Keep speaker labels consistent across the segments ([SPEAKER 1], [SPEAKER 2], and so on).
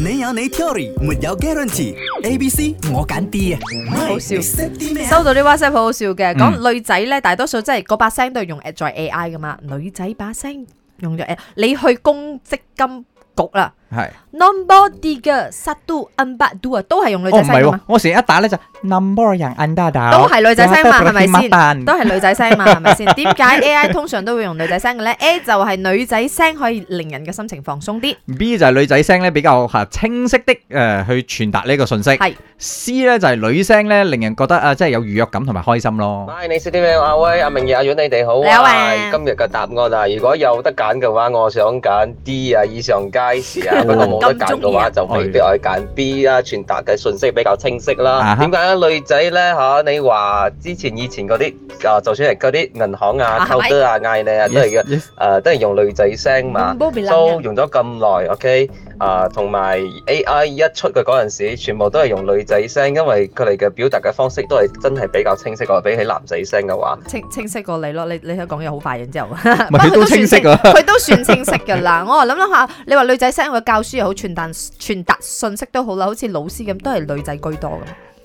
[SPEAKER 1] 你有你 theory，沒有 guarantee。A、B、C 我揀 D 啊，
[SPEAKER 2] 好笑
[SPEAKER 1] 你識啲咩啊
[SPEAKER 2] 收到啲 WhatsApp 好好笑嘅，
[SPEAKER 3] 嗯
[SPEAKER 2] 講女仔咧，大多數真係嗰把聲都係用在 AI 噶嘛，女仔把聲用咗 AI，你去公積金局啦
[SPEAKER 3] 係。
[SPEAKER 2] ，nobody 嘅 satu empat dua 都係用女
[SPEAKER 3] 哦，
[SPEAKER 2] 仔
[SPEAKER 3] 唔係
[SPEAKER 2] 聲噶
[SPEAKER 3] 喎
[SPEAKER 2] 嘛，，
[SPEAKER 3] 我成日一打咧就 number 人 under 打，
[SPEAKER 2] 都係女仔聲嘛，
[SPEAKER 3] 有
[SPEAKER 2] 係
[SPEAKER 3] 得
[SPEAKER 2] 咪
[SPEAKER 3] 俾佢
[SPEAKER 2] 先？
[SPEAKER 3] 乜
[SPEAKER 2] 都係女仔聲嘛，係咪先？點解 AI 通常都會用女仔聲嘅咧？A 就係女仔聲可以令人嘅心情放鬆啲，
[SPEAKER 3] 笨 B 就係女仔聲咧比較嚇清晰的誒、呃去傳達呢個信息。
[SPEAKER 2] 係
[SPEAKER 3] C 咧就係、女聲咧令人覺得啊，即係有愉悅感同埋開心咯。
[SPEAKER 4] Hi，你識啲咩？阿威、阿明、阿遠，你哋好
[SPEAKER 2] 你好啊
[SPEAKER 4] 今日嘅答案啊，如果有得揀嘅話，我想揀 D à, 啊，以上皆是啊。不過冇得揀嘅話，就未必我去揀 B à, 啦，傳達嘅信息比較清晰
[SPEAKER 3] 啊
[SPEAKER 4] 啦。
[SPEAKER 3] 哈
[SPEAKER 4] 點解咧？女仔咧嚇，你話之前以前嗰啲啊，就算係嗰啲銀行啊
[SPEAKER 2] 啊、
[SPEAKER 4] 溝得啊、嗌你啊，都係嘅
[SPEAKER 3] Yes, yes
[SPEAKER 4] 誒，都係用女仔聲嘛。
[SPEAKER 2] Bobby 啦
[SPEAKER 4] So 用咗咁耐，OK，啊，同埋 AI 一出嘅嗰陣時，全部都係用女仔聲，因為佢哋嘅表達嘅方式都係真係比較清晰過，比起男仔聲嘅話。
[SPEAKER 2] 清清晰過你咯，你你睇講嘢好快，然之後。
[SPEAKER 3] 咪佢都清晰啊！
[SPEAKER 2] 佢都算清晰㗎 啦。我話諗諗下，你話女仔聲佢教書又好，傳達傳達信息都好啦，好似老師咁，都係女仔居多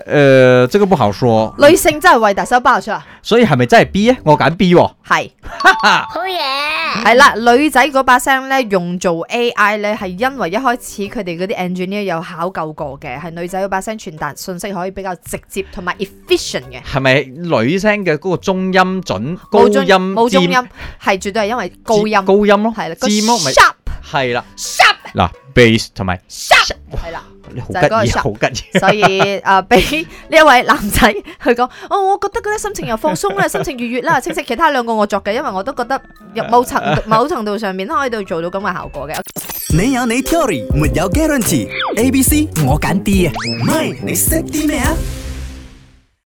[SPEAKER 3] 嗯
[SPEAKER 2] 咁。
[SPEAKER 3] 誒，即個不好說，
[SPEAKER 2] 女性真係為大手包出啊，
[SPEAKER 3] 所以係咪真係 B 啊？我揀 B 喎。
[SPEAKER 2] 係
[SPEAKER 5] 好嘢。
[SPEAKER 2] 係啦，女仔嗰把聲咧用做 AI 咧，係因為一開始佢哋嗰啲 engineer 有考究過嘅，係女仔嗰把聲傳達信息可以比較直接同埋 efficient 嘅。
[SPEAKER 3] 係咪女聲嘅嗰個中音準高
[SPEAKER 2] 冇
[SPEAKER 3] 音
[SPEAKER 2] 中冇中音
[SPEAKER 3] 尖
[SPEAKER 2] 係絕對係因為高音
[SPEAKER 3] 高音咯，
[SPEAKER 2] 係啦，個
[SPEAKER 3] 尖咯咪
[SPEAKER 2] sharp
[SPEAKER 3] 係啦
[SPEAKER 2] sharp
[SPEAKER 3] 嗱 bass 同埋
[SPEAKER 2] sharp 係啦。
[SPEAKER 3] 你好
[SPEAKER 2] 就係嗰個
[SPEAKER 3] 得意
[SPEAKER 2] sharp
[SPEAKER 3] 好得 意，
[SPEAKER 2] 所以啊，俾呢一位男仔去講， 哦，我覺得嗰啲心情又放鬆啦，啊心情愉悅啦，清晰。其他兩個我作嘅，因為我都覺得入某程某程度上面可以到做到咁嘅效果嘅。
[SPEAKER 1] 你有你 theory，沒有 guarantee。A、B、C 我揀 D 啊，MY 你識啲咩啊？